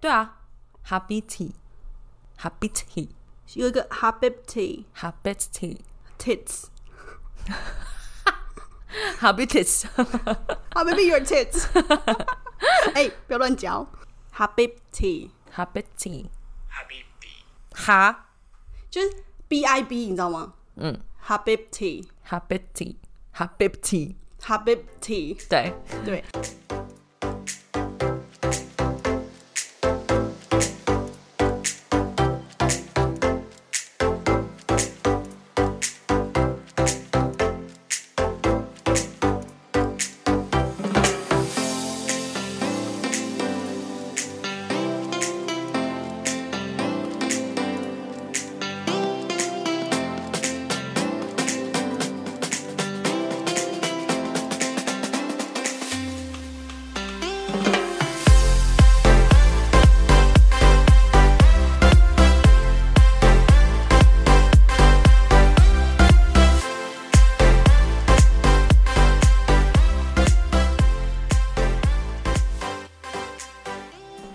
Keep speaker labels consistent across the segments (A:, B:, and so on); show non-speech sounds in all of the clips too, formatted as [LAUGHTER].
A: 对啊，habiti，habiti，habiti，habiti。
B: 有一个 habibti [LAUGHS] tits。
A: Habitus，
B: Habibi your [LAUGHS] tits 。哎，不要乱嚼。Habibti
A: Habiti，哈
B: 就是 B I B，你知道吗？嗯。Habibti
A: Habiti，Habiti，
B: Habibti，
A: 对，
B: 对。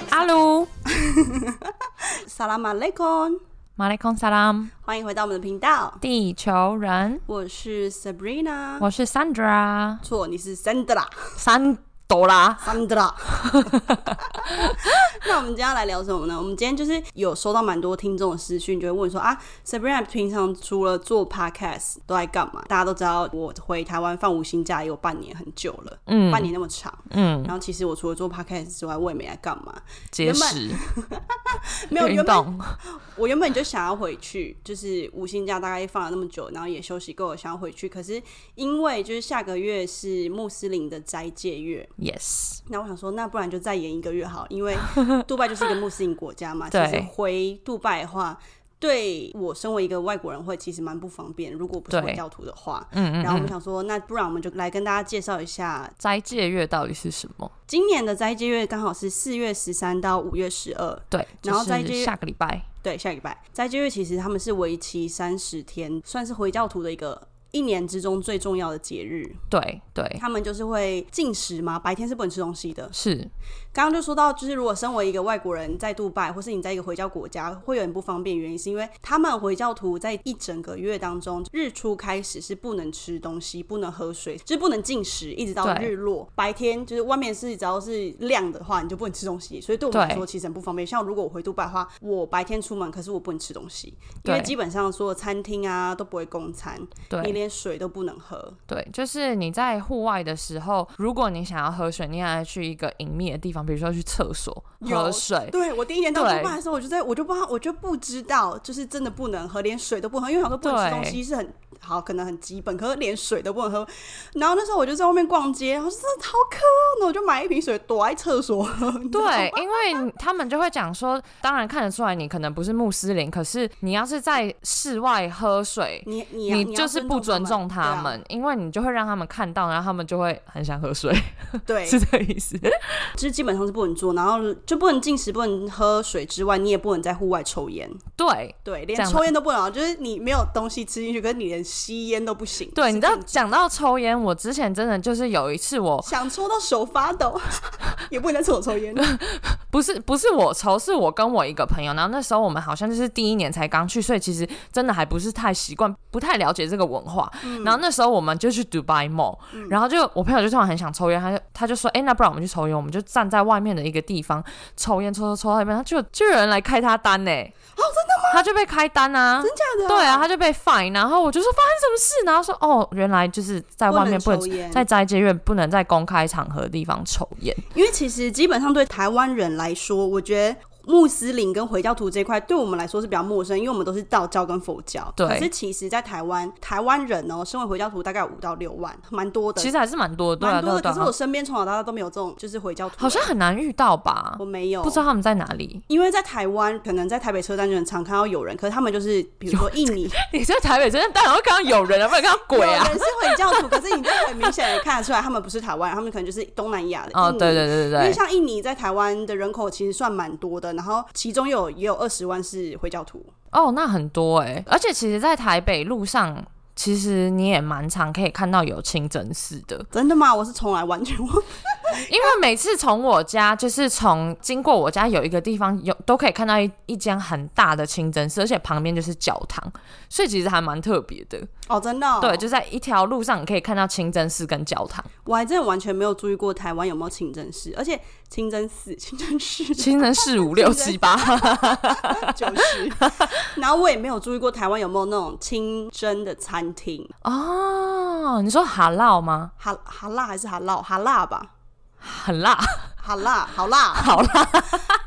A: 阿鲁
B: Salam alaikum，
A: 马来空萨拉姆，
B: 欢迎回到我们的频道，
A: 地球人，
B: 我是 Sabrina。
A: 我是 Sandra，
B: 错，你是 Sandra，Sandra
A: 三朵拉。。
B: [LAUGHS] 那我们今天要来聊什么呢？我们今天就是有收到蛮多听众的私讯，就会问说啊，Sabrina 平常除了做 podcast 都在干嘛？大家都知道我回台湾放无薪假也有半年很久了，嗯，半年那么长，嗯。然后其实我除了做 podcast 之外，我也没在干嘛，
A: 结石，
B: 没有
A: 运
B: 原本
A: 动，
B: 我原本就想要回去，就是无薪假大概放了那么久，然后也休息够了，想要回去。可是因为就是下个月是穆斯林的斋戒月，
A: yes，
B: 那我想说，那不然就再延一个月好了，
A: [LAUGHS]
B: 因为杜拜就是一个穆斯林国家嘛。其
A: 对
B: 实回杜拜的话，对我身为一个外国人会其实蛮不方便，如果不是
A: 对
B: 回教徒的话。
A: 嗯嗯，
B: 然后我们想说，那不然我们就来跟大家介绍一下，
A: 斋戒月到底是什么？
B: 今年的斋戒月刚好是四月十三到五月十二，
A: 对，
B: 然后
A: 就
B: 斋戒
A: 是
B: 月
A: 下个礼拜，
B: 对，下礼拜斋戒月其实他们是为期三十天，算是回教徒的一个一年之中最重要的节日。
A: 对对，
B: 他们就是会禁食嘛，白天是不能吃东西的。
A: 是
B: 刚刚就说到，就是如果身为一个外国人在杜拜，或是你在一个回教国家，会有点不方便，原因是因为他们回教徒在一整个月当中，日出开始是不能吃东西、不能喝水，就是不能进食，一直到
A: 对
B: 日落。白天就是外面是只要是亮的话，你就不能吃东西，所以对我们
A: 对
B: 来说其实很不方便。像如果我回杜拜的话，我白天出门，可是我不能吃东西，因为
A: 对
B: 基本上所有餐厅啊都不会供餐，你
A: 对
B: 连水都不能喝。
A: 对，就是你在户外的时候，如果你想要喝水，你还要去一个隐秘的地方，比如说去厕所
B: 有
A: 喝水。
B: 对我第一年到
A: 对
B: 杜拜的时候，我就在我就不知道我就不知道，就是真的不能喝，连水都不能喝，因为想说不能吃
A: 对
B: 东西是很好，可能很基本，可是连水都不能喝。然后那时候我就在外面逛街，然后说真的好渴哦，那我就买一瓶水躲在厕所 [LAUGHS] 喝。你知道吗
A: 对，因为你他们就会讲说，当然看得出来你可能不是穆斯林，可是你要是在室外喝水，
B: 你你要
A: 你
B: 要
A: 就是不尊重
B: 他啊
A: 他们，因为你就会让他们看到，然后他们就会很想喝水，
B: 对
A: [LAUGHS]
B: 啊，
A: 是
B: 对，
A: 这个意思。
B: 就是基本上是不能做，然后就不能进食，不能喝水之外，你也不能在户外抽烟。
A: 对，
B: 对，连
A: 这样
B: 抽烟都不能，啊就是你没有东西吃进去，可是你连吸烟都不行。
A: 对，
B: 是
A: 你知道
B: 禁止
A: 讲到抽烟，我之前真的就是有一次我
B: 想抽到手发抖， [LAUGHS] 也不能在厕所抽烟。
A: 不是不是我抽，是我跟我一个朋友，然后那时候我们好像就是第一年才刚去，所以其实真的还不是太习惯，不太了解这个文化。
B: 嗯
A: 然后那时候我们就去 Dubai Mall，、然后就我朋友就突然很想抽烟，他就他就说，哎、那不然我们去抽烟，我们就站在外面的一个地方抽烟，抽抽抽到一半，他就就有人来开他单呢、哦，真的吗？他就被开单啊，
B: 真假的？
A: 对啊，，他就被 fine，然后我就说发生什么事，然后说哦，原来就是在外面不能
B: 抽烟，
A: 在斋戒院不能在公开场合的地方抽烟，
B: 因为其实基本上对台湾人来说，我觉得。穆斯林跟回教徒这一块对我们来说是比较陌生，因为我们都是道教跟佛教。
A: 对
B: 可是其实，在台湾，台湾人哦，身为回教徒大概有五到六万，蛮多的，
A: 其实还是蛮多的，对啊，
B: 蛮
A: 对
B: 多
A: 啊
B: 的。
A: 对
B: 可是
A: 啊
B: 我，身边从小到大都没有这种，就是回教徒。
A: 好像很难遇到吧
B: 我，没有，
A: 不知道他们在哪里。 [LAUGHS]
B: 因为在台湾，可能在台北车站就很常看到有人，可是他们就是比如说印尼，
A: 你在台北真的当然会看到有
B: [LAUGHS]
A: 人啊，不然看到 [LAUGHS] 鬼啊
B: 有！人是回教徒，可是你就很明显的看得出来，他们不是台湾，他们可能就是东南亚的。
A: 哦，
B: 印尼
A: 对对对
B: 因为
A: 对对，
B: 像印尼在台湾的人口其实算蛮多的，然后其中又有也有二十万是回教徒，
A: 哦，那很多哎、而且其实，在台北路上，其实你也蛮常可以看到有清真寺的。
B: 真的吗？我是从来完全忘， [LAUGHS]
A: 因为每次从我家，就是从经过我家有一个地方有都可以看到一一间很大的清真寺，而且旁边就是教堂，所以其实还蛮特别的。
B: 哦，真的哦、
A: 对，就在一条路上你可以看到清真寺跟教
B: [LAUGHS]
A: 堂。
B: 我还真的完全没有注意过台湾有没有清真寺，而且清真寺、清真寺、
A: 清真寺五六七八，
B: 就是，然后我也没有注意过台湾有没有那种清真的餐厅，
A: 哦，你说哈辣吗？
B: 哈哈辣还是哈辣哈辣吧，
A: 很辣，
B: 哈辣好辣
A: 好
B: 辣。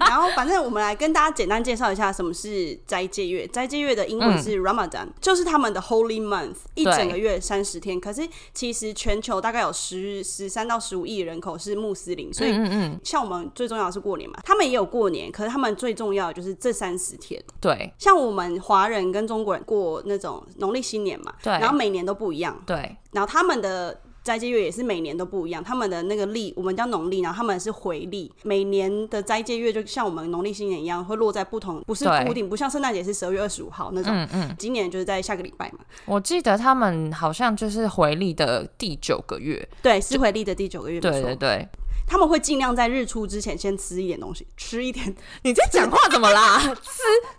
B: [LAUGHS] 然后反正我们来跟大家简单介绍一下什么是斋戒月。斋戒月的英
A: 嗯
B: 文是 Ramadan，、就是他们的 Holy Month，一整个月三十天。可是其实全球大概有十十三到十五亿人口是穆斯林，所以
A: 嗯嗯，
B: 像我们最重要的是过年嘛，他们也有过年，可是他们最重要的就是这三十天。
A: [LAUGHS] 对
B: 像我们华人跟中国人过那种农历新年嘛，
A: 对
B: 然后每年都不一样，
A: 对，
B: 然后他们的斋戒月也是每年都不一样，他们的那个历我们叫农历，然后他们是回历，每年的斋戒月就像我们农历新年一样，会落在不同，不是
A: 对
B: 固定，不像圣诞节是十二月二十五号那种，
A: 嗯嗯，
B: 今年就是在下个礼拜嘛，
A: 我记得他们好像就是回历的第九个月，
B: 对，是回历的第九个月，没
A: 对
B: 错
A: 对对。
B: 他们会尽量在日出之前先吃一点东西，吃一点， [LAUGHS]
A: 你在讲话怎么啦？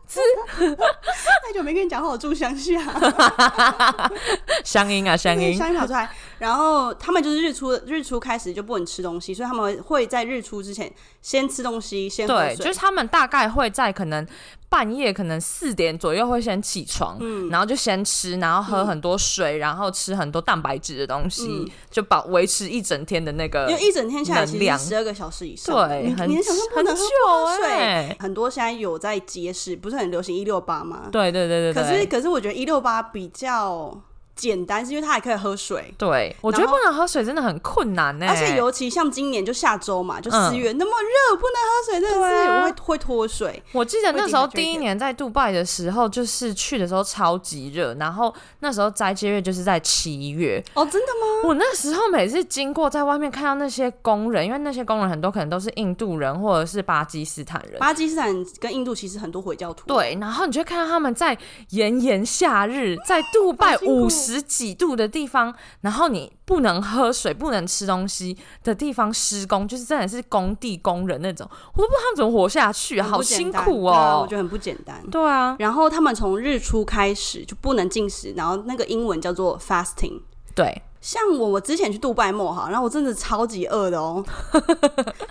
B: 太久没跟你讲话，我
A: [LAUGHS]
B: 住乡下。
A: [LAUGHS]
B: [LAUGHS]
A: 乡音啊，乡音，
B: 香芋跑出来，然后他们就是日出日出开始就不能吃东西，所以他们会会在日出之前先吃东西，先喝
A: 对，
B: 水。
A: 就是他们大概会在可能半夜，可能四点左右会先起床，
B: 嗯
A: 然后就先吃，然后喝很多水，然后吃很多蛋白质的东西，
B: 嗯
A: 就保维持一整天的那个
B: 因为一整天下来其
A: 能
B: 实
A: 量
B: 十二个小时以上，
A: 对，
B: 你
A: 很
B: 你能想象不
A: 很
B: 能
A: 久
B: 喝不喝水？
A: 哎、
B: 很多现在有在节食，不是很流行一六八吗？
A: 对对对对
B: 可是
A: 对。
B: 可是我觉得一六八比较简单，是因为它还可以喝水。
A: 对，我觉得
B: 然后
A: 不能喝水真的很困难欸呢、
B: 而且尤其像今年就下周嘛，就四月、那么热，不能喝水，真的是、
A: 嗯对啊
B: 我会会脱水。
A: 我记得那时候第一
B: dehydrated
A: 年在杜拜的时候，就是去的时候超级热，然后那时候斋戒月就是在七月，
B: 哦，真的吗？
A: 我那时候每次经过在外面看到那些工人，因为那些工人很多可能都是印度人或者是巴基斯坦人。
B: 巴基斯坦跟印度其实很多回教徒，
A: 对，然后你就会看到他们在炎炎夏日，在杜拜
B: 好辛苦
A: 五十几度的地方，然后你不能喝水、不能吃东西的地方施工，就是真的是工地工人那种，我都不知道他们怎么活下去、啊，
B: 很
A: 好
B: 不简
A: 辛
B: 单
A: 苦
B: 对啊
A: 哦
B: 我觉。得很不简单。
A: 对啊，
B: 然后他们从日出开始就不能进食，然后那个英文叫做 fasting。
A: 对，
B: 像我，我之前去杜拜梦哈，然后我真的超级饿的哦， [LAUGHS]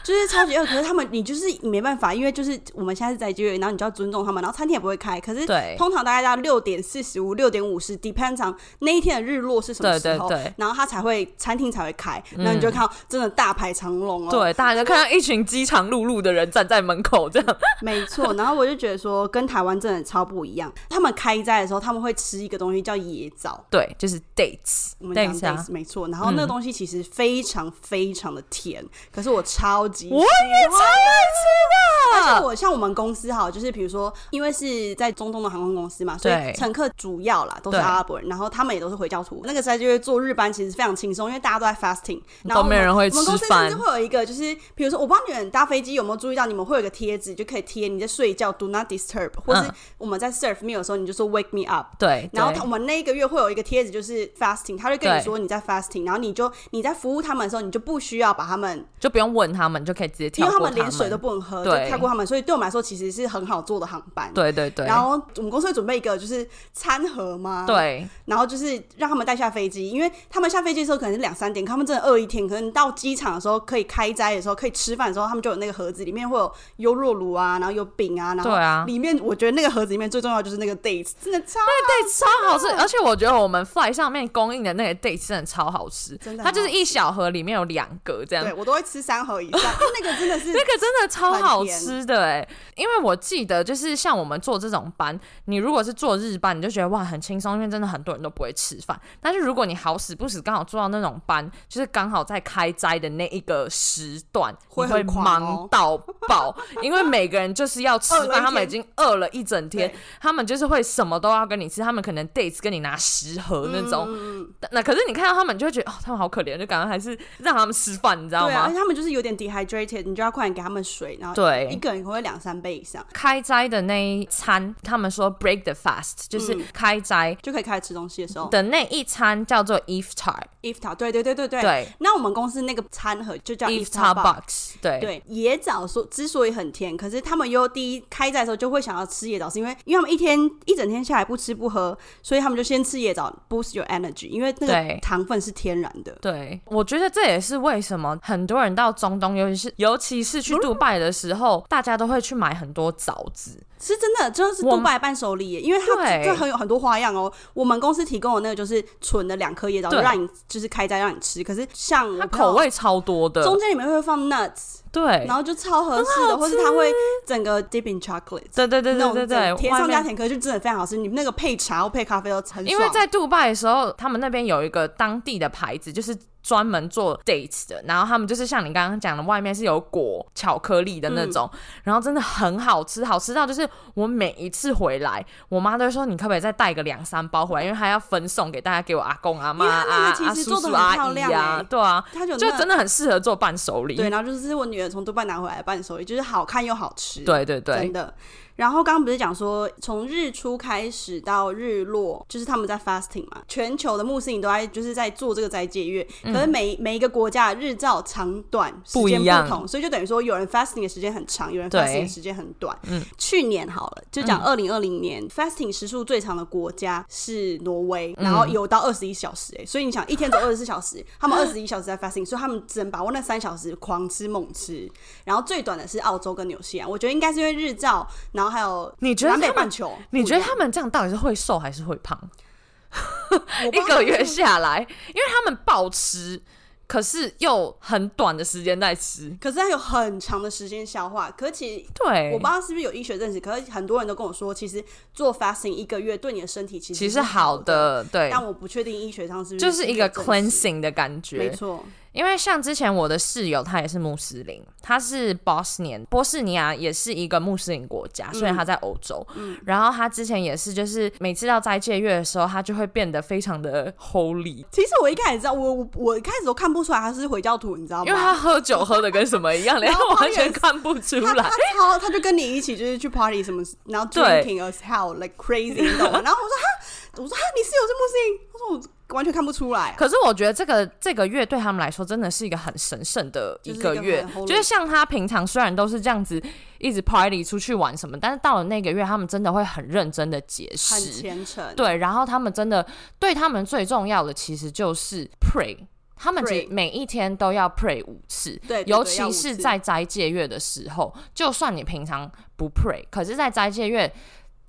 B: 就是超级饿。可是他们，你就是没办法，因为就是我们现在是在就业，然后你就要尊重他们，然后餐厅也不会开。可是
A: 对
B: 通常大概到六点四十五、六点五十，depend on 那一天的日落是什么
A: 对
B: 时
A: 对
B: 候，
A: 对嗯
B: 然后他才会餐厅才会开，然后你就会看到真的大排长龙哦。
A: 对，大家就看到一群饥肠辘辘的人站在门口这样。
B: 没
A: [LAUGHS]
B: 错，然后我就觉得说，跟台湾真的超不一样。他们开斋的时候，他们会吃一个东西叫椰枣，
A: 对，就是 dates，
B: 我们讲
A: dates 啊
B: dates 没错。然后那个东西其实非常非常的甜，可是我超级
A: 我也超爱吃的。
B: 而且我像我们公司哈，就是比如说，因为是在中东的航空公司嘛，所以
A: 对
B: 乘客主要啦都是
A: 对
B: 阿拉伯人，然后他们也都是回教徒。那个时候就会做日班，其实非常轻松，因为大家都在 fasting，然后
A: 都没人会
B: 我们公司
A: 吃饭
B: 甚至会有一个，就是比如说，我不知道你们搭飞机有没有注意到，你们会有一个贴纸，就可以贴你在睡觉，do not disturb，或是
A: 嗯
B: 我们在 serve meal 的时候，你就说 wake me up。
A: 对，
B: 嗯然后
A: 对
B: 他我们那一个月会有一个贴纸，就是 fasting，他会跟你
A: 对
B: 说你在 fasting，然后你就你在服务他们的时候，你就不需要把他们
A: 就不用问他们，就可以直接
B: 因
A: 跳
B: 为
A: 过
B: 他们连水都不能喝，就
A: 对
B: 跳过他们，所以对我们来说其实是很好做的航班。
A: 对对对，
B: 然后我们公司会准备一个就是餐盒嘛，，
A: 对哎
B: 然后就是让他们带下飞机，因为他们下飞机的时候可能是两三点，可他们真的饿一天，可能到机场的时候可以开斋的时候，可以吃饭的时候，他们就有那个盒子，里面会有优酪乳啊，然后有饼啊，然
A: 对
B: 后
A: 啊
B: 里面我觉得那个盒子里面最重要的就是那个 dates，真的超
A: 对超好吃，而且我觉得我们 fly 上面供应的那个 date 真的超好吃，
B: 真的
A: 它就
B: 很
A: 是一小盒里面有两个这样
B: 对。我都会吃三盒以
A: [LAUGHS]
B: 上，因为那个真的是
A: 那个真的超好
B: 很甜
A: 吃的
B: [LAUGHS]
A: 哎、因为我记得就是像我们做这种班，你如果是做日班，你就觉得哇很轻松，因为真的很多人都不会吃饭。但是如果你好死不死刚好做到那种班，就是刚好在开斋的那一个时段，
B: 会
A: 你
B: 很
A: 会
B: 狂哦
A: 忙到爆，因为每个人就是要吃
B: 饿了一
A: 饭，他们已
B: 天
A: 经饿了一整天
B: 对，
A: 他们就是会什么都要跟你吃，他们可能 dates 跟你拿十盒那种。
B: 嗯
A: 但那可是你看到他们，你就会觉得哦，他们好可怜，就感觉还是让他们吃饭，你知道
B: 对啊，而
A: 吗
B: 且？他们就是有点 dehydrated，你就要快点给他们水，然后
A: 对
B: 一个人会两三倍以上，
A: 开斋的那一餐，他们说 break the
B: 嗯
A: fast，就是开斋
B: 就可以开始吃东西的时候
A: 的那一餐叫做 iftar，
B: ，iftar，对对对对对。
A: 对
B: 那我们公司那个餐盒就叫
A: iftar
B: iftar box。
A: box，对。
B: 对，野枣说之所以很甜，可是他们又第一开在的时候就会想要吃野枣，是因为因为他们一天一整天下来不吃不喝，所以他们就先吃野枣 boost your energy，因为那
A: 对
B: 个糖分是天然的。
A: 对，我觉得这也是为什么很多人到中东，尤其是尤其是去杜拜的时候，大家都会去买很多枣子。
B: 是真的，就是
A: 我
B: 杜拜伴手礼耶，因为它
A: 对
B: 就很有很多花样哦。我们公司提供的那个就是纯的两颗椰枣，
A: 对
B: 就让你就是开斋让你吃。可是像我
A: 它
B: 朋友
A: 口味超多的
B: 嗯中，间里面会放 nuts，
A: 对
B: 然，后就超合适的，或是它会整个 dip in chocolate，
A: 对对对
B: 那
A: 对对
B: 种
A: 对，
B: 甜
A: 外
B: 上加
A: 面
B: 甜颗就真的非常好吃。你那个配茶或配咖啡都很爽。
A: 因为在杜拜的时候，他们那边有一个当地的牌子，就是专门做 dates 的，然后他们就是像你刚刚讲的，外面是有裹巧克力的那
B: 嗯
A: 种，然后真的很好吃，好吃到就是我每一次回来，我妈都会说你可不可以再带个两三包回来，因为她要分送给大家，给我阿公阿妈
B: 因为它那个
A: 啊
B: 其
A: 啊
B: 实
A: 叔
B: 做
A: 叔
B: 得很漂
A: 阿姨
B: 亮
A: 啊
B: 欸，
A: 对啊，
B: 它就有
A: 就
B: 那
A: 真的很适合做伴手礼，
B: 对，然后就是我女儿从杜拜拿回来的伴手礼，就是好看又好吃，，啊
A: 对对
B: 真
A: 对
B: 的。然后刚刚不是讲说从日出开始到日落，就是他们在 fasting 嘛，全球的穆斯林都在就是在做这个斋戒月，可是每、每一个国家的日照长短时
A: 嗯不
B: 间
A: 一样
B: 不同，所以就等于说有人 fasting 的时间很长，有人
A: 对嗯
B: fasting 的时间很短。嗯，去年好了，就讲二零二零年、fasting 时数最长的国家是挪威，
A: 嗯
B: 然后有到二十一小时、欸，所以你想一天走二十四小时，他们二十一小时在 fasting，所以他们只能把握那三小时狂吃猛吃。然后最短的是澳洲跟纽西兰，我觉得应该是因为日照，然后还有
A: 你觉得
B: 南北
A: 他们
B: 半球，
A: 你觉得他们这样到底是会瘦还是会胖？
B: 我不
A: 一
B: 知道
A: 个月下来，因为他们暴吃，可是又很短的时间在吃。
B: 可是它有很长的时间消化，可是其实。
A: 对，
B: 我不知道是不是有医学证实，可是很多人都跟我说，其实做 fasting 一个月对你的身体其实
A: 其
B: 是
A: 实好
B: 的，
A: 的，对，
B: 但我不确定医学上是不是
A: 就是一个
B: 有证实
A: cleansing 的感
B: 没
A: 觉。
B: 错，
A: 因为像之前我的室友，他也是穆斯林，他是 Bosnian，波士尼亚也是一个穆斯林国家，
B: 嗯
A: 虽然他在欧洲。然后他之前也是，就是每次到斋戒月的时候，他就会变得非常的 holy。
B: 其实我一开始知道，我我我一开始都看不出来他是回教徒，你知道
A: 因为他
B: 吗？
A: 喝酒喝的跟什么一
B: [LAUGHS]
A: 样，连
B: 然后
A: 我
B: 他
A: 完
B: 也
A: 全
B: 是
A: 看不出
B: 他
A: 来
B: 他。超，他就跟你一起就是去 party 什么，然后
A: 对
B: drinking as hell like crazy，你懂吗？
A: [LAUGHS]
B: 然后我说哈，我说哈，你室友是穆斯林，他说我完全看不出来，
A: 可是我觉得这个这个月对他们来说真的是一个很神圣的一个
B: 就是一
A: 月
B: 个，很 holy
A: 就是像他平常虽然都是这样子一直 party 出去玩什么，但是到了那个月，他们真的会很认真的节
B: 很
A: 食，
B: 虔诚，
A: 对，然后他们真的对他们最重要的其实就是 pray。他们其实
B: Pray
A: 每一天都要 pray 五次，
B: 对对
A: 尤
B: 对要
A: 其
B: 五
A: 是
B: 次
A: 在斋戒月的时候，就算你平常不 pray，可是，在斋戒月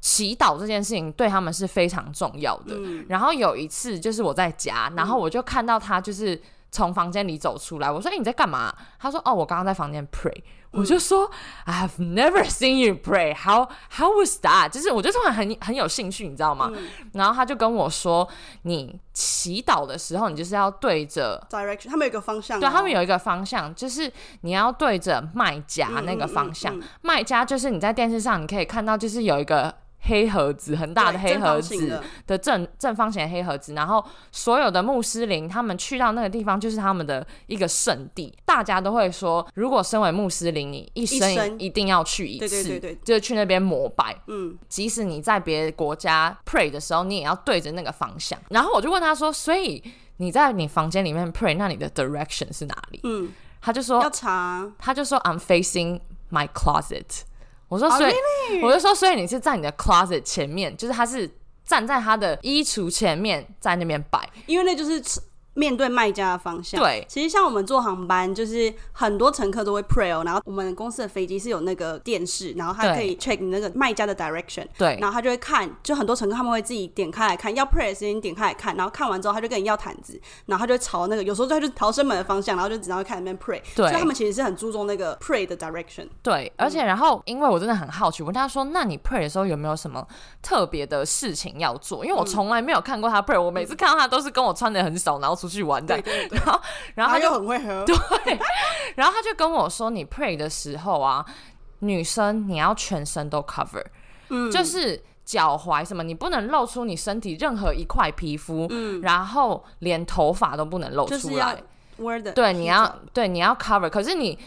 A: 祈祷这件事情对他们是非常重要的。
B: 嗯，
A: 然后有一次就是我在家，然后我就看到他就是从房间里走出来，我说：“哎、你在干嘛？”他说：“哦，我刚刚在房间 pray。”我
B: 嗯
A: 就说、i have never seen you pray. How how was that?” 就是我就突然很很有兴趣，你知道吗？
B: 嗯
A: 然后他就跟我说：“你祈祷的时候，你就是要对着。”
B: direction，他们有一个方向哦、
A: 对啊他们有一个方向，就是你要对着卖家
B: 嗯
A: 那个
B: 嗯
A: 方
B: 嗯
A: 向。
B: 嗯
A: 卖家就是你在电视上你可以看到，就是有一个黑盒子，很大的
B: 对
A: 黑
B: 正方
A: 盒
B: 形
A: 子，
B: 的
A: 的正正方形的黑盒子，然后所有的穆斯林他们去到那个地方就是他们的一个圣地，大家都会说，如果身为穆斯林，你一
B: 一
A: 生
B: 生
A: 一定要去一次，
B: 对对对对
A: 就是去那边膜拜。
B: 嗯，
A: 即使你在别的国家 pray 的时候，你也要对着那个方向。然后我就问他说，所以你在你房间里面 pray，那你的 direction 是哪里？
B: 嗯，
A: 他就说
B: 要查，
A: 他就说 I'm facing my closet。我说
B: Oh,
A: 所以我就说所以你是在你的 closet 前面，就是他是站在他的衣橱前面在那边摆，
B: 因为那就是吃面对卖家的方向。
A: 对
B: 其实像我们坐航班，就是很多乘客都会 pray 哦，然后我们公司的飞机是有那个电视，然后它可以 check 你那个卖家的 direction。
A: 对
B: 然后他就会看，就很多乘客他们会自己点开来看，要 pray 的时间点开来看，然后看完之后他就跟你要毯子，然后他就会朝那个，有时候他就逃生门的方向，然后就只要看那边 pray，
A: 对
B: 所以他们其实是很注重那个 pray 的 direction。
A: 对，
B: 嗯
A: 而且然后因为我真的很好奇，我问他说，那你 pray 的时候有没有什么特别的事情要做？因
B: 嗯
A: 为我从来没有看过他 pray，我每次看到他都是跟我穿的很少，然后出去玩的，
B: 对对，
A: 然后然
B: 然
A: 后他
B: 后他
A: 就
B: 又很会喝，
A: 对，然后他就跟我说，你 pray 的时候啊，女生你要全身都 cover，、
B: 嗯
A: 就是脚踝什么，你不能露出你身体任何一块皮肤，然后连头发都不能露
B: 嗯就是
A: 出
B: 要
A: 来。
B: wear 的，
A: 对，你要对你要 cover，可是你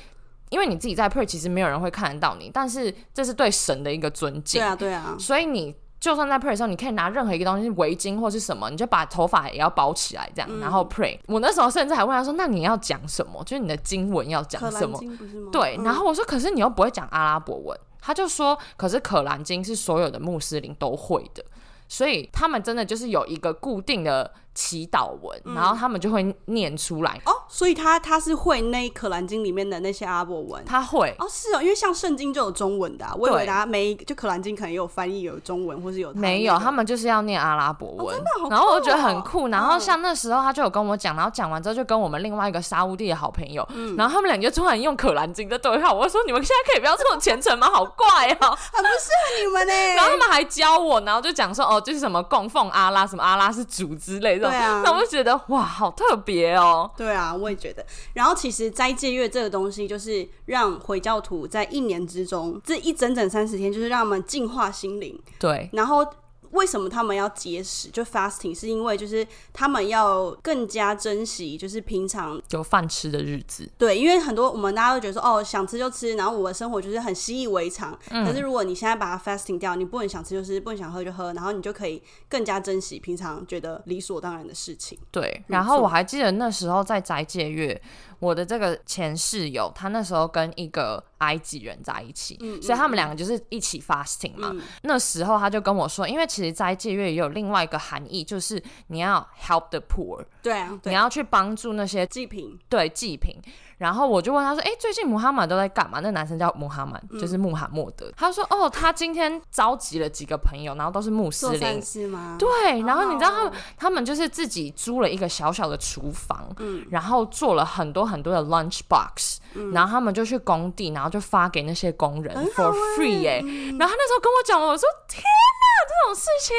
A: 因为你自己在 pray，其实没有人会看得到你，但是这是对神的一个尊敬
B: 对。啊，对啊，
A: 所以你就算在 pray 的时候，你可以拿任何一个东西，围巾或是什么，你就把头发也要包起来，这样、
B: 嗯
A: 然后 pray。我那时候甚至还问他说：“那你要讲什么？就是你的经文要讲
B: 可
A: 什
B: 兰
A: 么
B: 经不是吗？？”
A: 对，
B: 嗯
A: 然后我说：“可是你又不会讲阿拉伯文。”他就说：“可是可兰经是所有的穆斯林都会的，所以他们真的就是有一个固定的祈祷文，然
B: 嗯
A: 后他们就会念出来。
B: 哦，所以他他是会那《可兰经》里面的那些阿拉伯文。
A: 他会，
B: 哦，是哦，因为像圣经就有中文的、啊，我以
A: 对
B: 为大家每一就《可兰经》可能也有翻译，有中文或是有它的
A: 没
B: 那
A: 有，
B: 个
A: 他们就是要念阿拉伯文，
B: 哦好
A: 然后我就觉得
B: 酷
A: 很
B: 哦
A: 酷。然后像那时候他就有跟我讲，然后讲完之后就跟我们另外一个沙乌地的好朋友，
B: 嗯
A: 然后他们俩就突然用可兰经的对话，我就说你们现在可以不要这么虔诚吗？好怪哦、
B: 很啊不适合你们呢、
A: [LAUGHS]
B: 欸
A: 然后他们还教我，然后就讲说哦，就是什么供奉阿拉，什么阿拉是主之类的，
B: 对啊
A: 那我就觉得哇，好特别哦、
B: 对啊，我也觉得。然后其实斋戒月这个东西，就是让回教徒在一年之中，这一整整三十天，就是让他们净化心灵。
A: 对，
B: 然后为什么他们要节食，就 fasting，是因为就是他们要更加珍惜，就是平常
A: 有饭吃的日子，
B: 对，因为很多我们大家都觉得说，哦，想吃就吃，然后我的生活就是很习以为常。可
A: 嗯
B: 是如果你现在把它 fasting 掉，你不能想吃就吃，不能想喝就喝，然后你就可以更加珍惜平常觉得理所当然的事情。
A: 对，
B: 没
A: 然后我
B: 错
A: 还记得那时候在斋戒月，我的这个前室友，他那时候跟一个埃及人在一起，
B: 嗯
A: 所以他们两个就是一起 fasting 嘛。那时候他就跟我说，因为其实斋戒月也有另外一个含义，就是你要 help the poor，
B: 对啊，
A: 你
B: 对，
A: 要去帮助那些
B: 祭品，
A: 对祭品。然后我就问他说：“哎，最近穆哈马都在干嘛？”那男生叫穆哈马，
B: 嗯
A: 就是穆罕默德。他说：“哦，他今天召集了几个朋友，然后都是穆斯
B: 做
A: 林
B: 善，事吗？
A: 对，然后你知道他们、
B: 哦
A: 他们就是自己租了一个小小的厨房，
B: 嗯
A: 然后做了很多很多的 lunch box，、然后他们就去工地，然后就发给那些工人 for free
B: 欸
A: 哎、
B: 嗯
A: 然后他那时候跟我讲，我说天哪，这种事情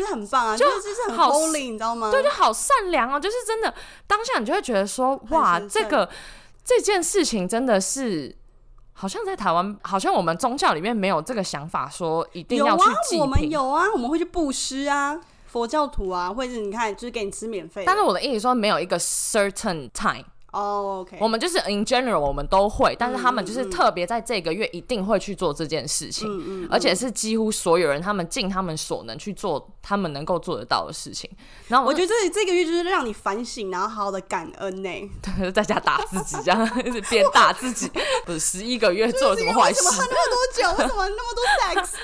B: 就是很棒啊，
A: 就
B: 就是就是很
A: 好
B: holy，你知道吗？
A: 对，就好善良哦，就是真的当下你就会觉得说，哇，
B: 神
A: 这
B: 圣
A: 个这件事情真的是。好像在台湾，好像我们宗教里面没有这个想法，说一定
B: 有
A: 要
B: 啊
A: 去祭，
B: 我们
A: 品。
B: 有啊，我们会去布施啊，佛教徒啊，或者是你看，就是给你吃免费的。
A: 但是我的意思说，没有一个 certain time，
B: 哦，OK、
A: 我
B: o k
A: 们就是 in general 我们都
B: 嗯
A: 会，但是他们就是特别在这个月一定会去做这件事情，
B: 嗯
A: 而且是几乎所有人他们尽他们所能去做他们能够做得到的事情。然后
B: 我
A: 我
B: 觉
A: 就
B: 得这这个月就是让你反省，然后好好的感恩呢、 [LAUGHS]
A: [LAUGHS] 在家打自己，这样 [LAUGHS] 一直鞭打自己，不是十一个月做了什么坏
B: 为什么喝
A: 事？
B: 那么
A: [LAUGHS]
B: 多酒？为什么那么多 sex？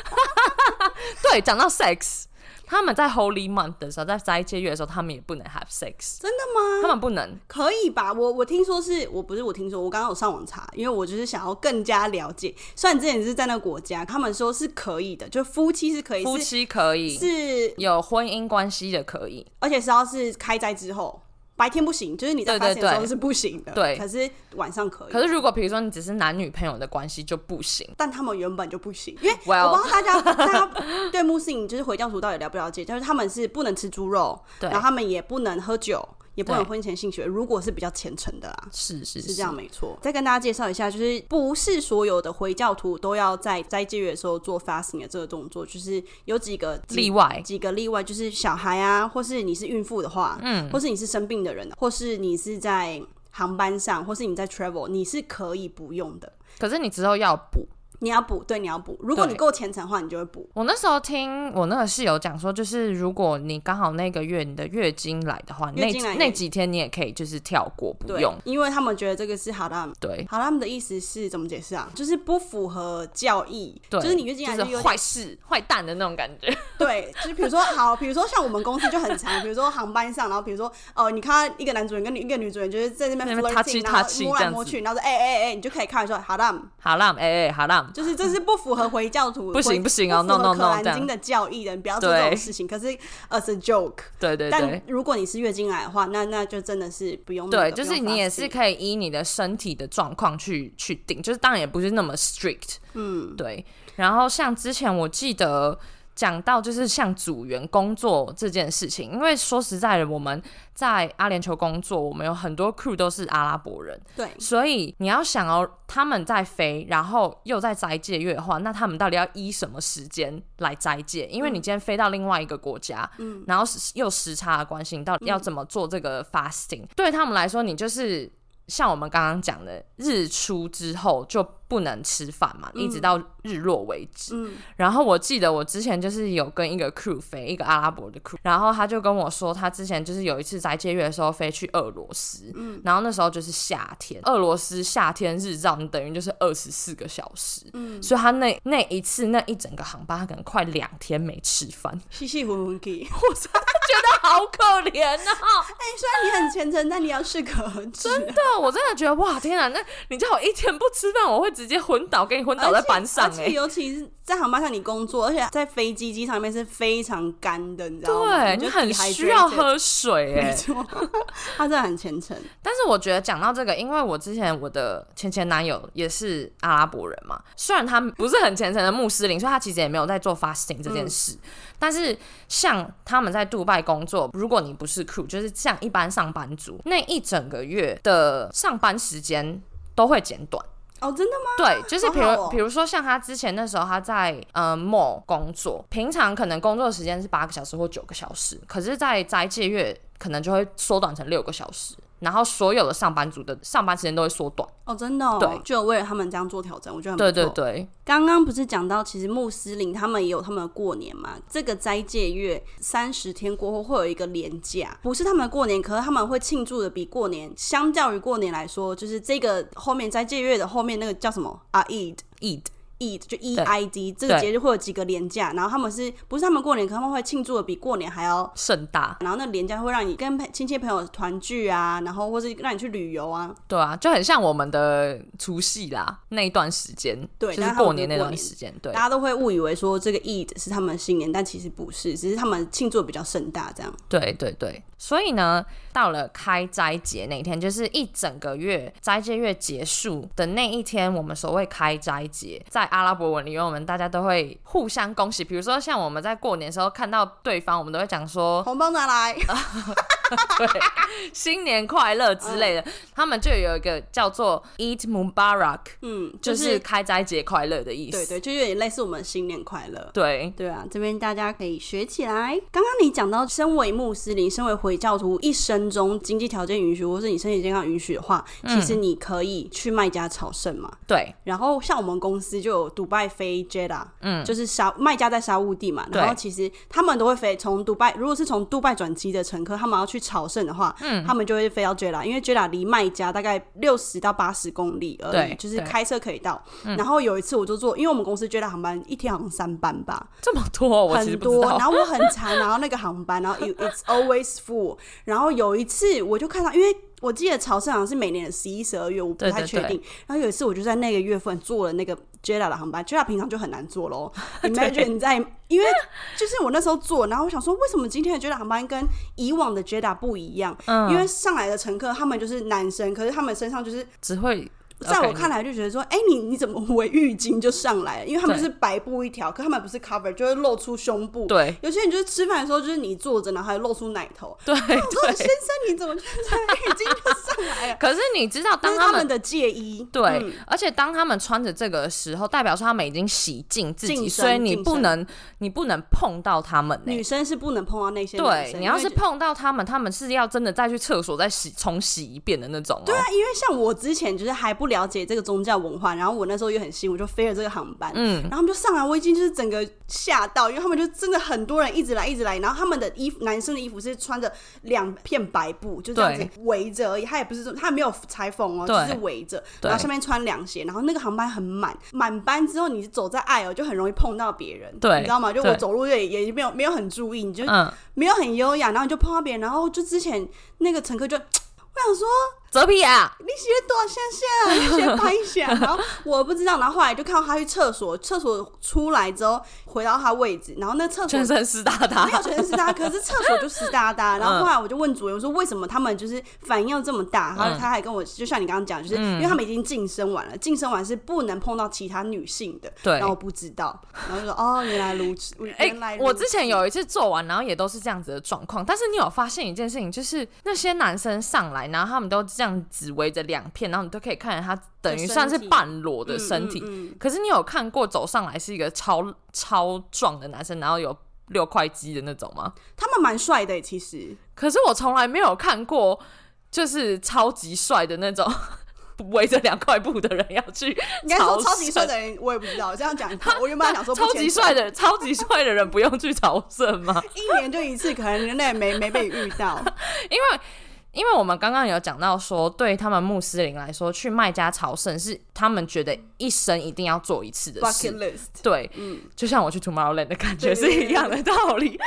A: 对，讲到 sex。他们在 Holy Month 的时候，在斋戒月的时候，他们也不能 have sex，
B: 真的吗？
A: 他们不能。
B: 可以吧？我我听说是我不是我听说，我刚刚有上网查，因为我就是想要更加了解。虽然之前是在那个国家，他们说是可以的，就夫妻是可以，
A: 夫
B: 是
A: 妻可以，
B: 是，
A: 有婚姻关系的可以，
B: 而且是要是开斋之后，白天不行，就是你在
A: 对对
B: 发现的时
A: 对
B: 候是不行的，
A: 对
B: 可是晚上可以。
A: 可是如果比如说你只是男女朋友的关系就不行。
B: 但他们原本就不行，因为
A: [LAUGHS] Well
B: 我不知道大家大家对穆斯林就是回教徒到底了不了解，就是他们是不能吃猪肉，
A: 对
B: 然后他们也不能喝酒，也不能
A: 对
B: 婚前性学，如果是比较虔诚的啦。
A: 是是
B: 是这样，没错。再跟大家介绍一下，就是不是所有的回教徒都要在斋戒月的时候做 fasting 的这个动作，就是有几个几
A: 例外
B: 几个例外，就是小孩啊，或是你是孕妇的话，嗯，或是你是生病的人，啊或是你是在航班上，或是你在 travel，你是可以不用的。
A: 可是你之后要补。
B: 你要补，对，你要补。如果
A: 对
B: 你够虔诚的话，你就会补。
A: 我那时候听我那个室友讲说，就是如果你刚好那个月你的月经来的话，
B: 月
A: 那
B: 经来
A: 那几天你也可以就是跳过不
B: 对
A: 用。，
B: 因为他们觉得这个是哈拉姆。
A: 对
B: 哈拉姆的意思是怎么解释啊？就是不符合教义，
A: 对，
B: 就是你月经来
A: 就
B: 有
A: 是
B: 点
A: 坏事坏蛋的那种感觉。 [LAUGHS]
B: 对，就是比如说好，比如说像我们公司就很常，比如说航班上，然后比如说哦、呃你看到一个男主人跟一个女主人就是在那边
A: 那边
B: flirting，然
A: touchy-touchy
B: 后摸
A: 这
B: 来
A: 样
B: 摸
A: 子
B: 去，然后说哎哎哎，你就可以开玩笑，哈拉姆，
A: 好啦，哎哎，好啦，
B: 就是这是不符合回教
A: [LAUGHS]
B: 徒
A: 不行
B: 回
A: 不行哦
B: 符合
A: no, no, no，
B: 可兰
A: 这样
B: 经的教义的，你不要做这
A: 对
B: 种事情。可是 as a joke，
A: 对对
B: 但
A: 对。
B: 如果你是月经来的话，那那就真的是不用那
A: 对，
B: 个
A: 就
B: 不
A: 是
B: 用
A: 你也
B: fasting
A: 是可以依你的身体的状况去去定，就是当然也不是那么 strict，嗯，对。然后像之前我记得讲到就是像组员工作这件事情，因为说实在的，我们在阿联酋工作，我们有很多 crew 都是阿拉伯人，
B: 对，
A: 所以你要想哦，他们在飞，然后又在斋戒月的话，那他们到底要依什么时间来斋戒？因为你今天飞到另外一个国家，嗯，然后时又时差的关系，你到底要怎么做这个 fasting？、对他们来说，你就是。像我们刚刚讲的，日出之后就不能吃饭嘛，一直到日落为止。
B: 嗯
A: 然后我记得我之前就是有跟一个 crew 飞，一个阿拉伯的 crew，然后他就跟我说，他之前就是有一次斋戒月的时候飞去俄罗斯，然后那时候就是夏天，俄罗斯夏天日照，你等于就是二十四个小时，
B: 嗯，
A: 所以他那那一次那一整个航班，他可能快两天没吃饭，
B: [LAUGHS] 细细混混给。
A: 好可怜哦。
B: 哎、 [LAUGHS] 虽然你很虔诚，但你要适可而止。 [LAUGHS] 真的，
A: 对，啊我真的觉得哇，天啊，那你叫我一天不吃饭，我会直接昏倒，给你昏倒在班上
B: 而
A: 哎、
B: 且尤其是在航班上你工作，而且在飞机机场里面是非常干的，你知道吗？
A: 对，
B: 你
A: 你
B: 就
A: 很
B: dehydrated
A: 需要。喝水哎、
B: 没错，他真的很虔诚。
A: 但是我觉得讲到这个，因为我之前我的前前男友也是阿拉伯人嘛，虽然他不是很虔诚的穆斯林，所以他其实也没有在做 fasting 这件事。但是像他们在杜拜工作，如果你不是 crew，就是像一般上班族，那一整个月的上班时间都会减短。
B: 哦，真的吗？
A: 对，就是比
B: 好好哦
A: 如比如说像他之前那时候他在呃 mall 工作，平常可能工作时间是八个小时或九个小时，可是，在斋戒月可能就会缩短成六个小时，然后所有的上班族的上班时间都会缩短。
B: 哦，真的、哦。
A: 对，
B: 就有为了他们这样做调整，我觉得很不
A: 对
B: 错。
A: 对对，
B: 刚刚不是讲到，其实穆斯林他们也有他们的过年嘛。这个斋戒月三十天过后会有一个连假，不是他们的过年，可是他们会庆祝的比过年，相较于过年来说，就是这个后面斋戒月的后面那个叫什么啊？Eid。
A: eat
B: Eid 就 E I D 这个
A: 对
B: 节日会有几个连假，然后他们是不是他们过年，可能他们会庆祝的比过年还要，
A: 盛大，
B: 然后那连假会让你跟朋亲戚朋友团聚啊，然后或是让你去旅游啊，
A: 对啊，就很像我们的除夕啦那一段时间，
B: 对
A: 就
B: 但
A: 是
B: 他们
A: 过年
B: 不
A: 那
B: 是过
A: 段
B: 年
A: 时间，对
B: 大。家都会误以为说这个 Eid 是他们的新年，但其实不是，只是他们庆祝得比较盛大这样。
A: 对对对，所以呢，到了开斋节那一天，就是一整个月斋戒月结束的那一天，我们所谓开斋节，在阿拉伯文里面，我们大家都会互相恭喜。比如说，像我们在过年的时候看到对方，我们都会讲说
B: 红包拿来，
A: “新年快乐”之类的。他们就有一个叫做 “Eid Mubarak”，
B: 嗯，
A: 就
B: 就是是
A: 开斋节快乐的意思。
B: 对对，就有点类似我们新年快乐。
A: 对
B: 对啊，这边大家可以学起来。刚刚你讲到，身为穆斯林，身为回教徒，一生中经济条件允许，或是你身体健康允许的话，
A: 嗯
B: 其实你可以去卖家朝圣嘛。
A: 对
B: 然后像我们公司就有迪拜飞 Jeda，
A: 嗯
B: 就是沙卖家在沙乌地嘛，
A: 对
B: 然后其实他们都会飞从迪拜，如果是从迪拜转机的乘客，他们要去朝圣的话，嗯，他们就会飞到 Jeda，因为 Jeda 离卖家大概六十到八十公里而已，
A: 对
B: 就是
A: 对嗯
B: 开车可以到。然后有一次我就坐，因为我们公司 Jeda 航班一天好像三班吧，
A: 这么多，我其实
B: 很
A: 不知
B: 多，
A: 道
B: 然。后我很常拿到那个航班，然后 it- it's always full。然后有一次我就看到，因为我记得朝圣好像是每年的十一、十二月，我不
A: 对
B: 太
A: 对
B: 确定。
A: 对
B: 然后有一次我就在那个月份坐了那个 Jeda 的航班，Jeda 平常就很难坐喽。Imagine
A: [LAUGHS]
B: 你在，因为就是我那时候坐，然后我想说，为什么今天的 Jeda 航班跟以往的 Jeda 不一样？
A: 嗯
B: 因为上来的乘客他们就是男生，可是他们身上就是
A: 只会
B: 在我看来就觉得说，哎、你你怎么围浴巾就上来了？因为他们就
A: 对
B: 是白布一条，可他们不是 cover，就会露出胸部。
A: 对
B: 有些人就是吃饭的时候，就是你坐着，然后还露出奶头。
A: 对
B: [LAUGHS] 我说
A: 对？
B: 先。生，你怎么就是这样已经就上来了
A: 可是你知道，
B: 那
A: 当
B: 是
A: 他
B: 他
A: 们
B: 们的戒衣，
A: 对，
B: 嗯
A: 而且当他们穿着这个的时候，代表说他们已经洗净自己，
B: 净身
A: 所以你
B: 净
A: 不
B: 身
A: 能你不能碰到他们呢、
B: 女生是不能碰到那些男
A: 对
B: 生
A: 你要是。
B: 因为
A: 碰到他们，他们是要真的再去厕所再洗重洗一遍的那种、哦。
B: 对啊，因为像我之前就是还不了解这个宗教文化，然后我那时候也很新，我就飞了这个航班，
A: 嗯，
B: 然后他们就上来，我已经就是整个吓到，因为他们就真的很多人一直来一直来，然后他们的衣服，男生的衣服是穿着两片白布，就这样子围着而已，他也不是他也没有裁缝哦，就
A: 对
B: 是围着，
A: 对
B: 然后下面穿凉鞋，然后那个航班很满，满班之后你走在爱尔就很容易碰到别人，
A: 对
B: 你知道吗？就我
A: 对
B: 走路也也没有没有很注意，你就
A: 嗯，
B: 没有很优雅，然后你就碰到别人，然后就之前那个乘客就。我想说，
A: 泽皮啊，
B: 你写多少下下，你写拍
A: [LAUGHS]
B: 一下，然后我不知道，然后后来就看到他去厕所，厕所出来之后回到他位置，然后那厕所
A: 全身嗯湿哒哒
B: 没。有全身湿哒，可是厕所就湿哒哒。然后后来我就问主人说，为什么他们就是反应要这么
A: 嗯
B: 大？然后他还跟我，就像你刚刚讲，就是因为他们已经晋升完了，晋升完是不能碰到其他女性的。
A: 对
B: 然后我不知道，然后就说哦，原来如
A: [LAUGHS]
B: 此，原来
A: 哎，
B: 如此嗯
A: 我之前有一次做完，然后也都是这样子的状况。但是你有发现一件事情，就是那些男生上来，然后他们都这样子围着两片，然后你都可以看见他等于算是
B: 身体
A: 半裸的身体，
B: 嗯嗯嗯
A: 可是你有看过走上来是一个超超壮的男生，然后有六块肌的那种吗？
B: 他们蛮帅的，其实
A: 可是我从来没有看过就是超级帅的那种 [LAUGHS] 围着两块布的人要去
B: 应该说超级帅
A: 神
B: 的人，我也不知道。这样讲，我原本还想说不
A: 超
B: 牵
A: 级
B: 扯
A: 帅，的超级帅的人不用去朝圣
B: [LAUGHS]
A: 吗？
B: 一年就一次，可能人类没没被遇 [LAUGHS] 到。
A: 因为因为我们刚刚有讲到说，对他们穆斯林来说，去麦加朝圣是他们觉得一生一定要做一次的事。
B: Bucket list，
A: 对，
B: 嗯
A: 就像我去 Tomorrowland 的感觉
B: 对对
A: 是
B: 对
A: 一样的道理。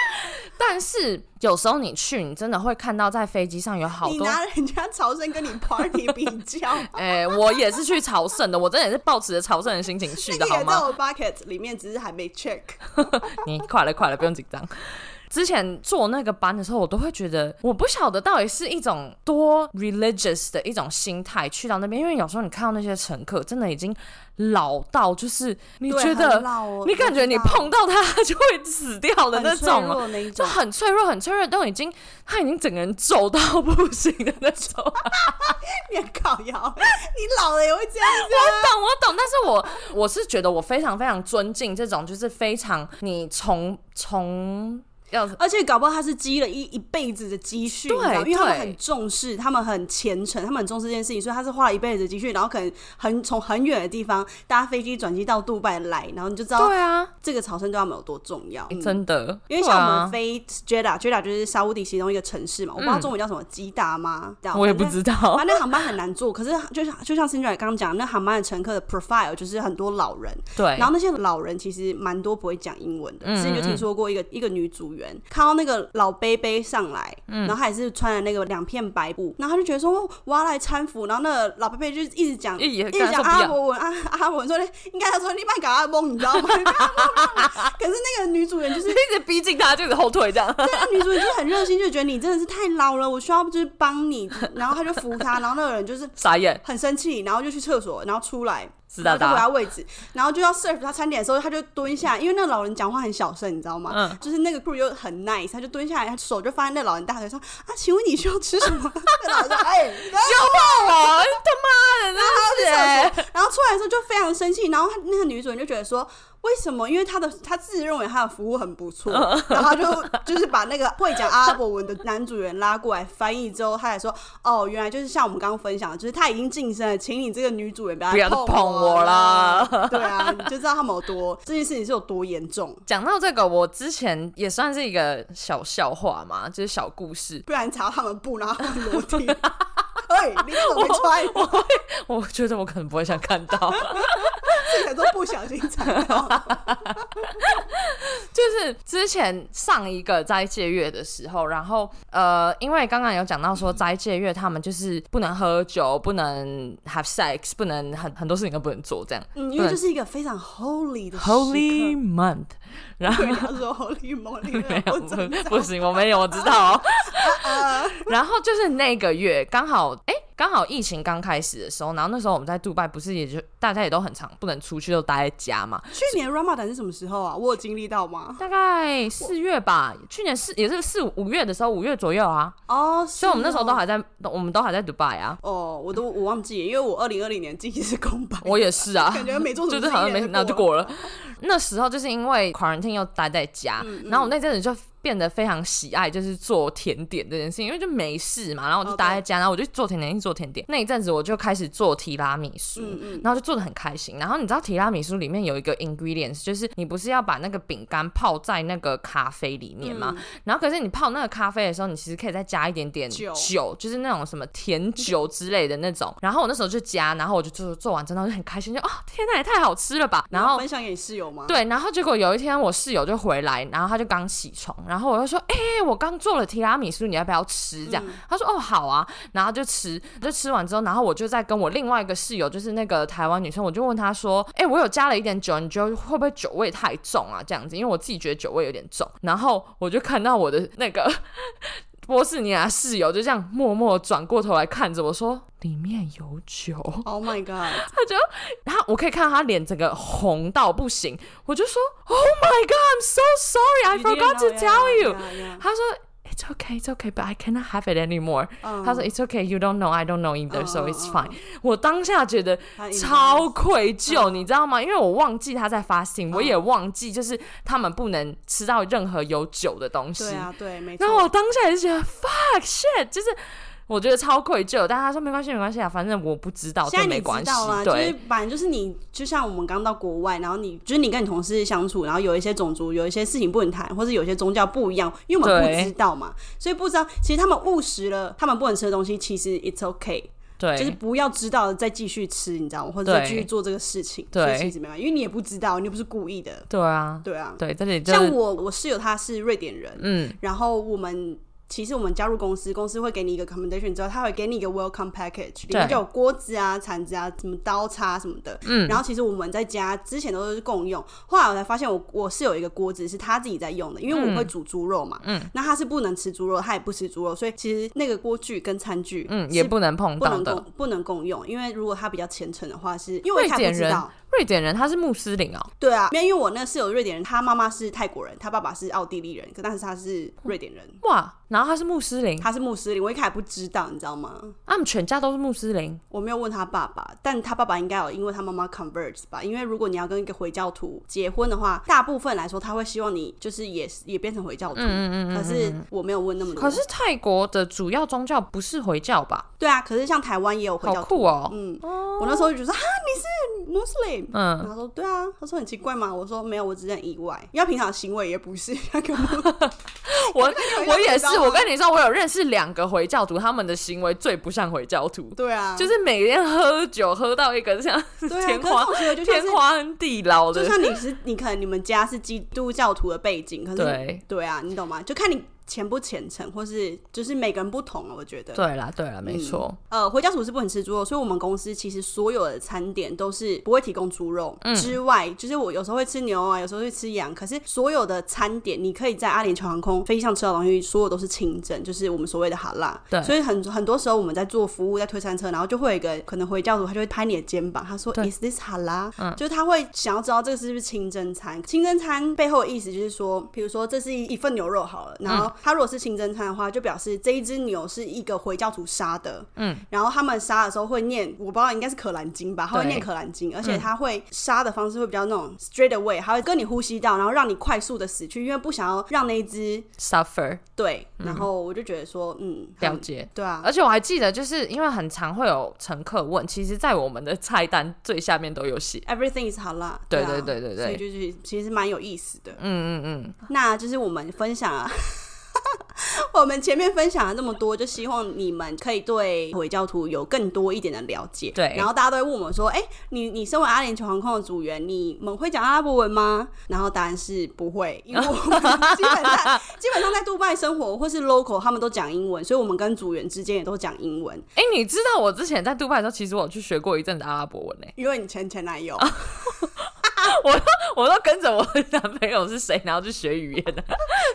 A: 但是有时候你去，你真的会看到在飞机上有好
B: 你
A: 多。
B: 拿人家朝圣跟你 party 比 [LAUGHS] 较，
A: 哎、我也是去朝圣的，我真的也是抱持着朝圣的心情去
B: 这 [LAUGHS]
A: 的，
B: 个
A: 好
B: 也在
A: 吗？
B: 我 bucket 里面，只是还没 [LAUGHS] check。
A: 你快了，快了，不用紧张。之前做那个班的时候，我都会觉得，我不晓得到底是一种多 religious 的一种心态去到那边，因为有时候你看到那些乘客，真的已经老到就是你
B: 对
A: 觉
B: 很
A: 得，
B: 老哦
A: 你感觉你碰到他他就会死掉的
B: 很
A: 那
B: 脆
A: 种哦，
B: 弱那一
A: 就
B: 种，啊
A: 很脆弱，很脆弱，都已经他已经整个人皱到 [LAUGHS] 不行的那 [LAUGHS] 种。
B: 你很靠腰，你老了也会这样子啊。
A: 懂，我懂，但是我我是觉得我非常非常尊敬这种，就是非常你从从要
B: [LAUGHS] 而且搞不好他是积了一一辈子的积蓄，
A: 对
B: 你知道因为他们
A: 对
B: 很重视，他们很虔诚，他们很重视这件事情，所以他是花了一辈子的积蓄，然后可能很从很远的地方搭飞机转机到杜拜来，然后你就知道
A: 对啊，
B: 这个朝圣对他们有多重要。嗯
A: 真的，
B: 因为像我们
A: 对啊
B: 飞 Jeddah，Jeddah、就是沙乌地其中一个城市嘛，我不知道中文叫什么，吉达吗？
A: 啊我也不
B: 道。
A: 知道
B: 啊，，那航班很难坐，可是就像就像 Cindy 刚刚讲，那航班的乘客的 profile 就是很多老人，
A: 对嗯
B: 然，后那些老人其实蛮多不会讲英文的，之前就听说过一个一个女组员看到那个老伯伯上来，
A: 嗯
B: 然后她也是穿了那个两片白布，然后她就觉得说哦我要来搀扶，然后那个老伯伯就一直讲。
A: 一
B: 一
A: 直
B: 直
A: 哎跟他
B: 讲
A: 说
B: 阿
A: 不
B: 拉
A: 要，
B: 伯文，阿阿拉伯文说应该他说你别搞阿蒙，你知道吗？ [LAUGHS] 你不要弄啊可是那个女主人就
A: [LAUGHS]
B: 是，
A: 一直逼近他，就是后退这样。
B: 那个女主人就是很热心，就觉得你真的是太老了，我需要就是帮你，然后她就扶她，然后那个人就是
A: 傻 [LAUGHS] 眼，
B: 很生气，然后就去厕所，然后出来，
A: 知
B: 然
A: 道
B: 后就回
A: 的
B: 他位置，然后就要 serve 他餐点的时候，他就蹲下，因为那个老人讲话很小声，你知道吗？
A: 嗯
B: 就是那个 crew 又很 nice，他就蹲下来，他手就放在那老人大腿上，啊，请问你需要吃什么？ [LAUGHS] 那老人说，哎、
A: 我他妈的，那是欸
B: 然后出来的时候就非常生气，然后他那个女主人就觉得说。为什么？因为他的他自认为他的服务很不错，
A: 嗯
B: 然后他就就是把那个会讲阿拉伯文的男主人拉过来翻译之后，他才说：“哦，原来就是像我们刚刚分享的，就是他已经晋升了，请你这个女主人不要
A: 不要再
B: 碰
A: 碰
B: 我”
A: 我啦。
B: 对啊，你就知道他们有多这件事情是有多严重，
A: 讲到这个，我之前也算是一个小笑话嘛，就是小故事。 [LAUGHS]
B: 不然查他们布，然后他们裸体。哎，你怎么没穿？我
A: [LAUGHS] 我觉得我可能不会想看到，
B: 这个都不小心踩到。
A: 就是之前上一个斋戒月的时候，然后呃，因为刚刚有讲到说斋戒月他们就是不能喝酒，不能 have sex，不能很很多事情都不能做这样。
B: 嗯，因为这是一个非常 holy 的时刻
A: Holy month，然 [LAUGHS] 后
B: [LAUGHS] 对，他说 Holy moly，我真的
A: 不不行，我没有，我知道哦。 [LAUGHS] 然后就是那个月刚好，哎、刚好疫情刚开始的时候，然后那时候我们在杜拜，不是也就大家也都很常不能出去，都待在家嘛。
B: 去年 Ramadan 是什么时候啊？我有经历到吗？
A: 大概四月吧，去年四也是四五五月的时候，五月左右啊，
B: 哦，
A: 所以我们那时候都
B: 是
A: 还在，我们都还在杜拜啊。
B: 哦，哦我都我忘记了，因为我二零二零年记忆是空白，
A: 我也是啊，
B: [LAUGHS] 感觉没做什
A: 就
B: 么事，
A: 是好像
B: 一
A: 没
B: 年
A: 那就
B: 过
A: 过了。那时候就是因为 quarantine 又待在家，然后我那阵子就变得非常喜爱就是做甜点这件事情，因为就没事嘛，然后我
B: 哦
A: 就待在家，然后我就做甜点，一直做甜点。那一阵子我就开始做提拉米苏，
B: 嗯
A: 然后就做的很开心。然后你知道提拉米苏里面有一个 ingredients，就是你不是要把那个饼干泡在那个咖啡里面
B: 嗯
A: 吗？然后可是你泡那个咖啡的时候，你其实可以再加一点点
B: 酒
A: 酒，就是那种什么甜酒之类的那种。然后我那时候就加，然后我就做做完之后我就很开心，就哦天呐，也太好吃了吧！
B: 然
A: 然后
B: 分享给你室友吗？，
A: 对，然后结果有一天我室友就回来，然后他就刚起床，然后我就说：“哎、我刚做了提拉米苏，你要不要吃？”这样，他说：“哦，好啊。”然后就吃，就吃完之后，然后我就在跟我另外一个室友，就是那个台湾女生，我就问她说：“哎、我有加了一点酒，你觉得会不会酒味太重啊？”这样子，因为我自己觉得酒味有点重。然后我就看到我的那个波士尼亚室友就这样默默转过头来看着我说：“里面有酒。”
B: Oh my god！
A: 他就他，我可以看到他脸整个红到不行。我就说，Oh my God, I'm so sorry, I forgot to tell you。他说，It's okay, it's okay, but I cannot have it anymore。他
B: 嗯
A: 说，It's okay, you don't know, I don't know either, so it's fine。我当下觉得
B: 他隐瞒
A: 超愧疚，
B: 嗯
A: 你知道吗？因为我忘记他在发信，我也忘记就是他们不能吃到任何有酒的东西
B: 对。啊，对，没错
A: 然后。我当下也是觉得 fuck shit，就是我觉得超愧疚。但他说没关系，没关系啊，反正我不知道，
B: 现在
A: 这没
B: 你知
A: 关系
B: 道啦，。就是
A: 对，
B: 反正就是你，就像我们刚到国外，然后你就是你跟你同事相处，然后有一些种族、有一些事情不能谈，或者有些宗教不一样，因为我们
A: 对
B: 不知道嘛，所以不知道。其实他们误食了他们不能吃的东西，其实 it's okay，
A: 对，
B: 就是不要知道了再继续吃，你知道吗？或者再
A: 对
B: 继续做这个事情，
A: 对
B: 所以其实没办法，因为你也不知道，你又不是故意的，
A: 对啊，
B: 对啊。
A: 对，这里就
B: 像
A: 是
B: 我，我室友他是瑞典人，
A: 嗯，
B: 然后我们其实我们加入公司，公司会给你一个 commendation 之后，他会给你一个 welcome package，里面就有锅子啊、铲子啊、什么刀叉什么的。嗯，然后其实我们在家之前都是共用，后来我才发现我我是有一个锅子是他自己在用的，因为我会煮猪肉嘛。嗯，那他是不能吃猪肉，他也不吃猪肉，所以其实那个锅具跟餐具，
A: 嗯也不能碰
B: 不
A: 到
B: 能
A: 的。
B: 共不能共用，因为如果他比较虔诚的话是，因为我
A: 瑞
B: 一开始
A: 典
B: 不知
A: 人
B: 道。，
A: 瑞典人他是穆斯林哦，
B: 对啊，因为因为我那个室友瑞典人，他妈妈是泰国人，他爸爸是奥地利人，可但是他是瑞典人。
A: 哇，然后他是穆斯林，啊
B: 他是穆斯林，我一开始不知道，你知道吗？
A: 他们全家都是穆斯林，
B: 我没有问他爸爸，但他爸爸应该有因为他妈妈 convert 吧？因为如果你要跟一个回教徒结婚的话，大部分来说他会希望你就是也也变成回教徒。
A: 嗯
B: 可是我没有问那么多。
A: 可是泰国的主要宗教不是回教吧？
B: 对啊，可是像台湾也有回
A: 好
B: 教徒。
A: 酷哦，
B: 嗯，我那时候就觉得哈，你是 Muslim，
A: 嗯
B: 然后他说对啊，他说很奇怪嘛，我说没有，我只是很意外，因为他平常的行为也不是那个
A: 我
B: 回教
A: 我也
B: 你知
A: 是
B: 道，吗
A: 我跟你说，我有认识两个回教徒，他们的行为最不像回教徒，
B: 对啊，
A: 就是每天喝酒喝到一个像
B: 对啊，
A: 天
B: 可是这
A: 花
B: 种行为就像
A: 天
B: 是
A: 荒地老
B: 就
A: 的，
B: 像你是你可能你们家是基督教徒的背景，可是
A: 对
B: 啊，你懂吗？就看你虔不虔诚，或是就是每个人不同啊了。我觉得，
A: 对啦对啦，没错，
B: 呃，回教徒是不能吃猪肉，所以我们公司其实所有的餐点都是不会提供猪肉、
A: 嗯
B: 之外，就是我有时候会吃牛啊，有时候会吃羊，可是所有的餐点你可以在阿联酋航空飞机上吃到的东西，所有都是清真，就是我们所谓的哈拉。
A: 对
B: 所以很很多时候我们在做服务，在推餐车，然后就会有一个可能回教徒，他就会拍你的肩膀，他说
A: 对嗯
B: Is this 哈拉？就是他会想要知道这个是不是清真餐。清真餐背后的意思就是说，比如说这是一份牛肉好了，
A: 嗯
B: 然后它如果是清真餐的话，就表示这一只牛是一个回教徒杀的，嗯，然后他们杀的时候会念，我不知道应该是可兰经吧，他会
A: 对嗯
B: 念可兰经，而且他会杀的方式会比较那种 straight away，还会跟你呼吸道，然后让你快速的死去，因为不想要让那一只
A: suffer
B: 对，然后我就觉得说，嗯，
A: 嗯了
B: 很
A: 解。
B: 对啊，
A: 而且我还记得，就是因为很常会有乘客问，其实，在我们的菜单最下面都有写。
B: Everything is 好啦，
A: 对
B: 啊
A: 对对对对
B: 所以就是其实蛮有意思的。
A: 嗯嗯
B: 那就是我们分享啊， [LAUGHS] 我们前面分享了这么多，就希望你们可以对回教徒有更多一点的了解。
A: 对
B: 然后大家都会问我们说，哎、你你身为阿联酋航空的组员，你们会讲阿拉伯文吗？然后答案是不会，因为我们基
A: [LAUGHS]
B: 本上基本上在杜拜生活或是 local，他们都讲英文，所以我们跟组员之间也都讲英文。
A: 嗯。哎、你知道我之前在杜拜的时候，其实我去学过一阵子阿拉伯文呢、欸
B: 因为你前前男友，
A: [LAUGHS] 我都跟着我男朋友是谁，然后去学语言的。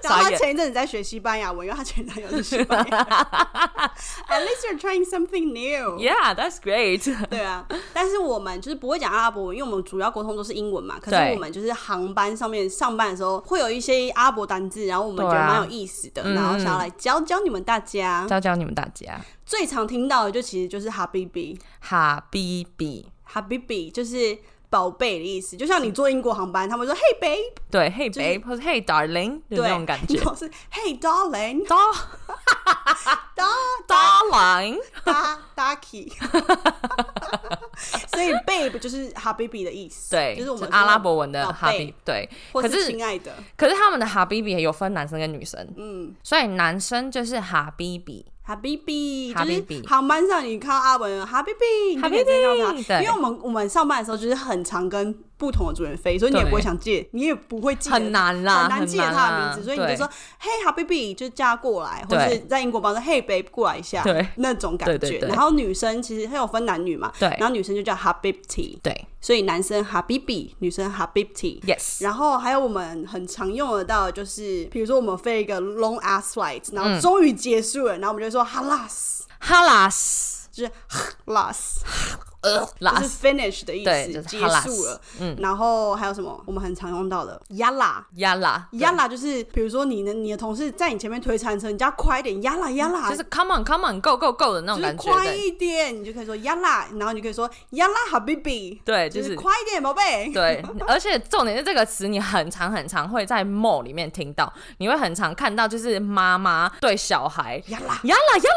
B: 然后
A: 傻
B: 他
A: 眼
B: 前一阵子在学西班牙文，因为他前男友是西
A: [LAUGHS]
B: 班牙人。At least you're trying something new.
A: Yeah, that's great.
B: 对啊，但是我们就是不会讲阿拉伯文，因为我们主要沟通都是英文嘛。可是
A: 对
B: 我们就是航班上面上班的时候，会有一些阿拉伯单字，然后我们觉
A: 对
B: 得
A: 啊嗯
B: 蛮有意思的，然后想要来教教你们大家。
A: 教教你们大家，
B: 最常听到的就其实就是 habibi，habibi
A: 哈比比，
B: 就是宝贝的意思，就像你坐英国航班，他们说 Hey babe，
A: 对，Hey
B: 就是
A: babe 或者 Hey darling 就
B: 对，
A: 嗯那种感 [LAUGHS] 觉。
B: 然后是 Hey darling，
A: d
B: [LAUGHS]
A: [LAUGHS] darling，
B: 搭 Ducky，所以 babe 就是 habibi 的意思，
A: 对，
B: 就是我们
A: 阿拉伯文的
B: 宝
A: 哈
B: 贝
A: 比，对。
B: 或
A: 可
B: 是
A: 是
B: 亲爱的，
A: 可是他们的哈比比也有分男生跟女生，
B: 嗯。
A: 所以男生就是哈比比，
B: 哈比比，就是
A: Habibi
B: 航班上你看到阿文哈比比，你就可以直接叫他。
A: Habibi，对
B: 因为我们我们上班的时候就是很常跟不同的主人飞，所以你也
A: 对
B: 不会想记，你也不会记得
A: 很难啦，
B: 很难记得他的名字，
A: 啦
B: 所以你就
A: 对
B: 说嘿哈比比，就叫他过来，或
A: 对
B: 是在英国帮说嘿 babe 过来一下，
A: 对
B: 那种感
A: 对
B: 觉。
A: 对对
B: 然后女生其实它有分男女嘛，
A: 对
B: 然后女生就叫 habibti，
A: 对
B: 所以男生哈比比，女生哈比比。
A: ，yes，
B: 然后还有我们很常用得到，的就是比如说我们飞一个 long ass flight，然
A: 嗯
B: 后终于结束了，然后我们就说 halas，
A: 哈拉斯
B: 就是 halas，
A: 呃
B: 就是
A: last
B: finish 的意
A: 对
B: 思，
A: 就是
B: 结
A: halas
B: 束了。嗯，然后还有什么？我们很常用到的 yalla。
A: 呀啦，
B: 压啦，就是比如说你的你的同事在你前面推餐车，你叫他快一点，压啦压啦，
A: 就是 come on come on go go go 的那种
B: 就是
A: 感觉，
B: 快
A: 对
B: 一点，你就可以说压啦，然后你就可以说压啦 habibi，
A: 对，
B: 就
A: 就是是
B: 快一点，宝贝。
A: 对， [LAUGHS] 而且重点是这个词，你很常很常会在 mall 里面听到，你会很常看到，就是妈妈对小孩。
B: 压啦，
A: 呀啦呀啦呀啦呀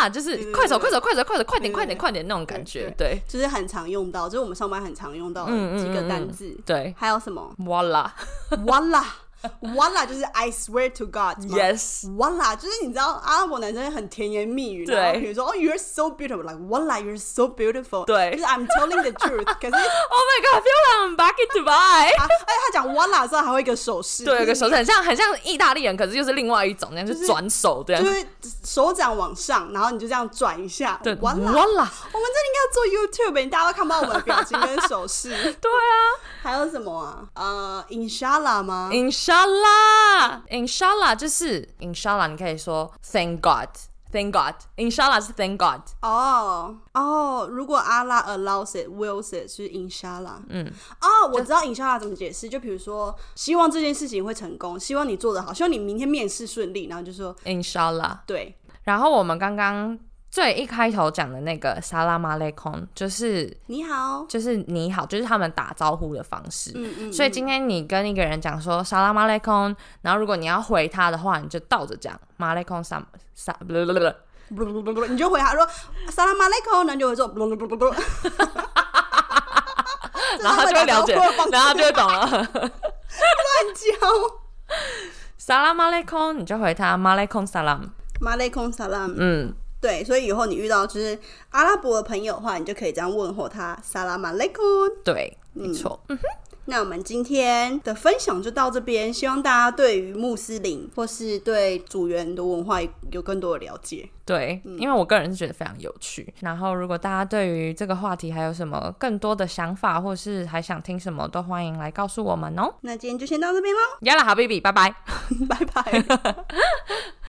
A: 啦，就是
B: 对对
A: 快走
B: 对
A: 快走快走快走快点
B: 对
A: 快点快点那种感觉，对
B: 就是很常用到，就是我们上班很常用到
A: 嗯
B: 的几个单字。
A: 对，
B: 还有什么？ [LAUGHS]
A: 哇啦
B: 哇啦，哇啦，就是 I swear to God 嘛。
A: ，yes，
B: 哇啦，就是你知道阿拉伯男生很甜言蜜语，
A: 对
B: 然后比如说哦、y o u r e so beautiful，like 哇啦，you're so beautiful，
A: 对
B: 就是 I'm telling the truth，可是 [LAUGHS]
A: [LAUGHS]
B: 他
A: ，Oh my god，feel like I'm back in
B: [LAUGHS]
A: Dubai，
B: 哎他讲哇啦之后还会一个手势，
A: 对，有个
B: 就是
A: 手势很像很像意大利人，可是就是另外一种，那样就
B: 就是
A: 转手这样
B: 就，是手掌往上，然后你就这样转一下，
A: 对，
B: 哇
A: 哇
B: 啦，
A: 啦，
B: 我们真的应该要做 YouTube，你大家都看不到我们的表情跟手势，
A: 对啊
B: 还有什么啊？呃，Inshallah 吗？
A: ，Inshallah，Inshallah 就是 Inshallah，你可以说 Thank God，Thank God，Inshallah 是 Thank God。
B: 哦哦，如果阿拉 allows it wills it 是 inshallah。嗯，哦，我知道 inshallah 怎么解释，就比如说希望这件事情会成功，希望你做得好，希望你明天面试顺利，然后就说
A: Inshallah。
B: 对，
A: 然后我们刚刚最一开头讲的那个 Salam alaikum，就是
B: 你好，
A: 就是你好，就是他们打招呼的方式。
B: 嗯嗯，
A: 所以今天你跟一个人讲说 Salam alaikum，然后如果你要回他的话，你就倒着讲 Malaikum sam sam，不不不不
B: 不不不不，你就回他说 salam alaikum，然后你就会说不不不不不，
A: 然后他就会了解，然后他就会懂了。 [LAUGHS]
B: 教
A: Salam alaikum，你就回他 Malaikum salam。
B: malaikum salam。
A: 嗯，
B: 对，所以以后你遇到就是阿拉伯的朋友的话，你就可以这样问候他 salam alaikum。
A: 对，没错。嗯
B: 那我们今天的分享就到这边，希望大家对于穆斯林或是对组员的文化有更多的了解。
A: 对，因为我个人是觉得非常有趣。然后，如果大家对于这个话题还有什么更多的想法，或是还想听什么，都欢迎来告诉我们哦。
B: [LAUGHS] 那今天就先到这边喽，
A: 亚拉好 baby，拜拜。
B: 拜拜。